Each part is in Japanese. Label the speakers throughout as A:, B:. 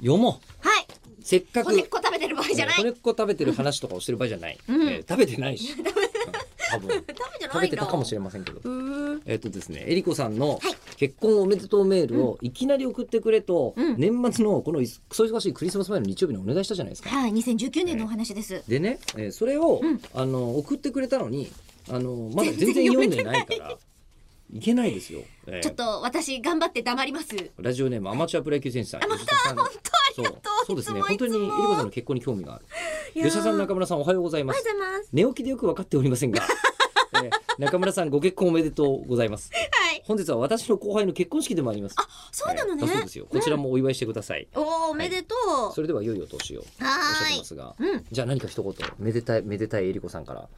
A: 読も。
B: はいう
A: せっかく、
B: こねっこ食べてる場合じゃない
A: これっこ食べてる話とかをしてる場合じゃない。
B: うん
A: えー食べてない し。多分。
B: 食べてないの
A: 食べてたかもしれませんけど。
B: うー
A: えっとですね、えりこさんの
B: はい
A: 結婚おめでとうメールをいきなり送ってくれと、
B: うん
A: 年末のこのいすクソ忙しいクリスマス前の日曜日にお願いしたじゃないですか。
B: はい2019年のお話です
A: でね、えーそれを、
B: うん
A: あの送ってくれたのにあのまだ全然読んでないからいけないですよ。えー
B: ちょっと私頑張って黙ります
A: ラジオネームアマチュアプロ野球選手さん。吉田さん本当ありがとう。そうですね。
B: いつも
A: 本当にえり
B: いつも
A: こさんの結婚に興味がある。
B: いやー
A: 吉田さん中村さんおはようございます。
B: ざいます
A: 寝起きでよく分かっておりません が、えー中村さんご結婚おめでとうございます。
B: はい
A: 本日は私の後輩の結婚式でもあります。
B: そうなの
A: えー
B: ね
A: だそうですよ。こちらもお祝いしてください。
B: おーおめでと
A: それでは良いお年をおっし
B: うは
A: ゃって
B: ーい
A: ますが、
B: うん
A: じゃあ何か一言めでたいめでたいえりこさんから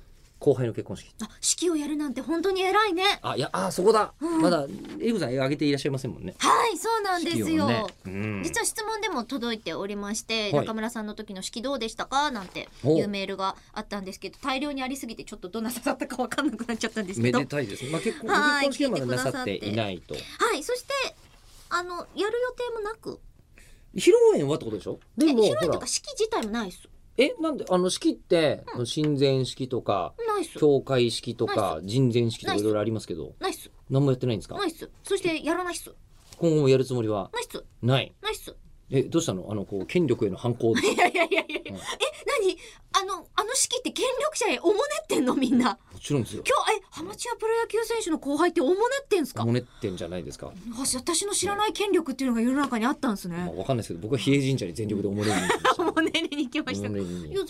A: 後輩の結婚式。
B: あ式をやるなんて本当に偉いね
A: あいやあそこだ。
B: うん
A: まだえりこさん上げていらっしゃいませんもんね。
B: はいそうなんです
A: 式を
B: よ、
A: ねうん、
B: 実は質問でも届いておりまして、
A: はい
B: 中村さんの時の式どうでしたかなんて
A: お
B: いうメールがあったんですけど大量にありすぎてちょっとどんな刺さったか分かんなくなっちゃったんですけ
A: め
B: ど
A: でたいですね。まあ結婚ご結
B: はい
A: 婚式はまだなさっていないと。
B: はいそしてあのやる予定もなく
A: 披露宴はってことでしょ。
B: え
A: でも
B: 披露宴
A: ほ
B: と
A: ら
B: か式自体もないっす
A: えなんであの式って、親善式とか
B: ないっす
A: 教会式と
B: な
A: か人前式とかいろいろありますけど
B: ないっす
A: 何もやってないんですか
B: ない。っすそしてやらないっす
A: 今後もやるつもりは
B: ないっす
A: ない。
B: ないっす
A: えどうしたのあのこう権力への反抗。
B: いやいやいやいや、
A: うん
B: え何あのあの式って権力者へおもねってんのみんな
A: もちろんですよ。
B: 今日えアマチュアプロ野球選手の後輩っておもねってんすか
A: もねってんじゃないですか。
B: 私私の知らない権力っていうのが世の中にあったんです
A: まあ
B: ね
A: わかんないですけど僕は比叡神社に全力でお もれに行きまし
B: お
A: た
B: もねに行きました
A: お
B: い
A: もれに
B: や全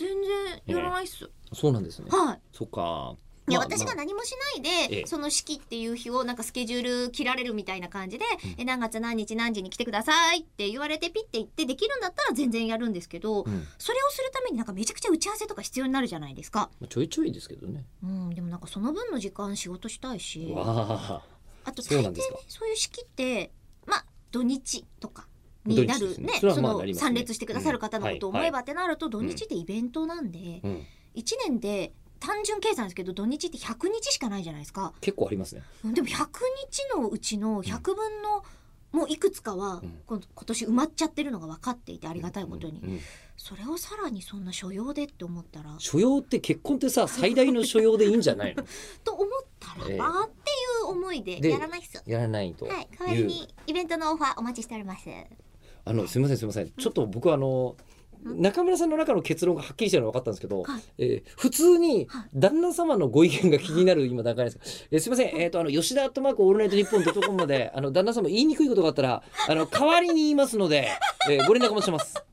B: 然やらないっす、
A: そうなんですね。
B: はい
A: そっか。
B: いや、
A: まあ
B: 私が
A: ま
B: 何もしない
A: え
B: で、
A: え
B: その式っていう日をなんかスケジュール切られるみたいな感じで、え何月何日何時に来てくださいって言われてピッて行ってできるんだったら全然やるんですけど、
A: あうん
B: それをするためになんかめちゃくちゃ打ち合わせとか必要になるじゃないですか。
A: まあちょいちょいですけどね。
B: うん、でもなんかその分の時間仕事したいし、
A: わあ。
B: あと
A: そう
B: 大
A: な
B: 抵
A: ん
B: ね
A: ですか、
B: そういう式って、まあ土日とか。に
A: 土日
B: な
A: で
B: る
A: す
B: ね
A: ねそれは
B: そ
A: まあ
B: の
A: なりますね
B: 参列してくださる方のことを
A: うんはい
B: 思えばってなると土日でイベントなんで
A: うん。
B: 1年で単純計算ですけど土日って100日しかないじゃないですか。
A: 結構ありますね。
B: でも100日のうちの100分の、もういくつかは、
A: うん
B: この今年埋まっちゃってるのが分かっていてありがたいことに、
A: うんうん
B: それをさらにそんな所要でって思ったら
A: 所要って結婚ってさ最大の所要でいいんじゃないの？
B: と思ったらば、
A: ええ
B: っていう思いで
A: で
B: やらないっす
A: やらないと。
B: はい代わりにイベントのオファーお待ちしております
A: あのすみませんすみません。ちょっと僕はあの中村さんの中の結論がはっきりしてるのが分かったんですけど、
B: はい
A: えー普通に
B: はい
A: 旦那様のご意見が気になる今段階なんですけど、えーすみません、えー、とあの吉田アットマークオールナイトニッポンドットコムまであの旦那様言いにくいことがあったらあの代わりに言いますので、えーご連絡お待ちしてます。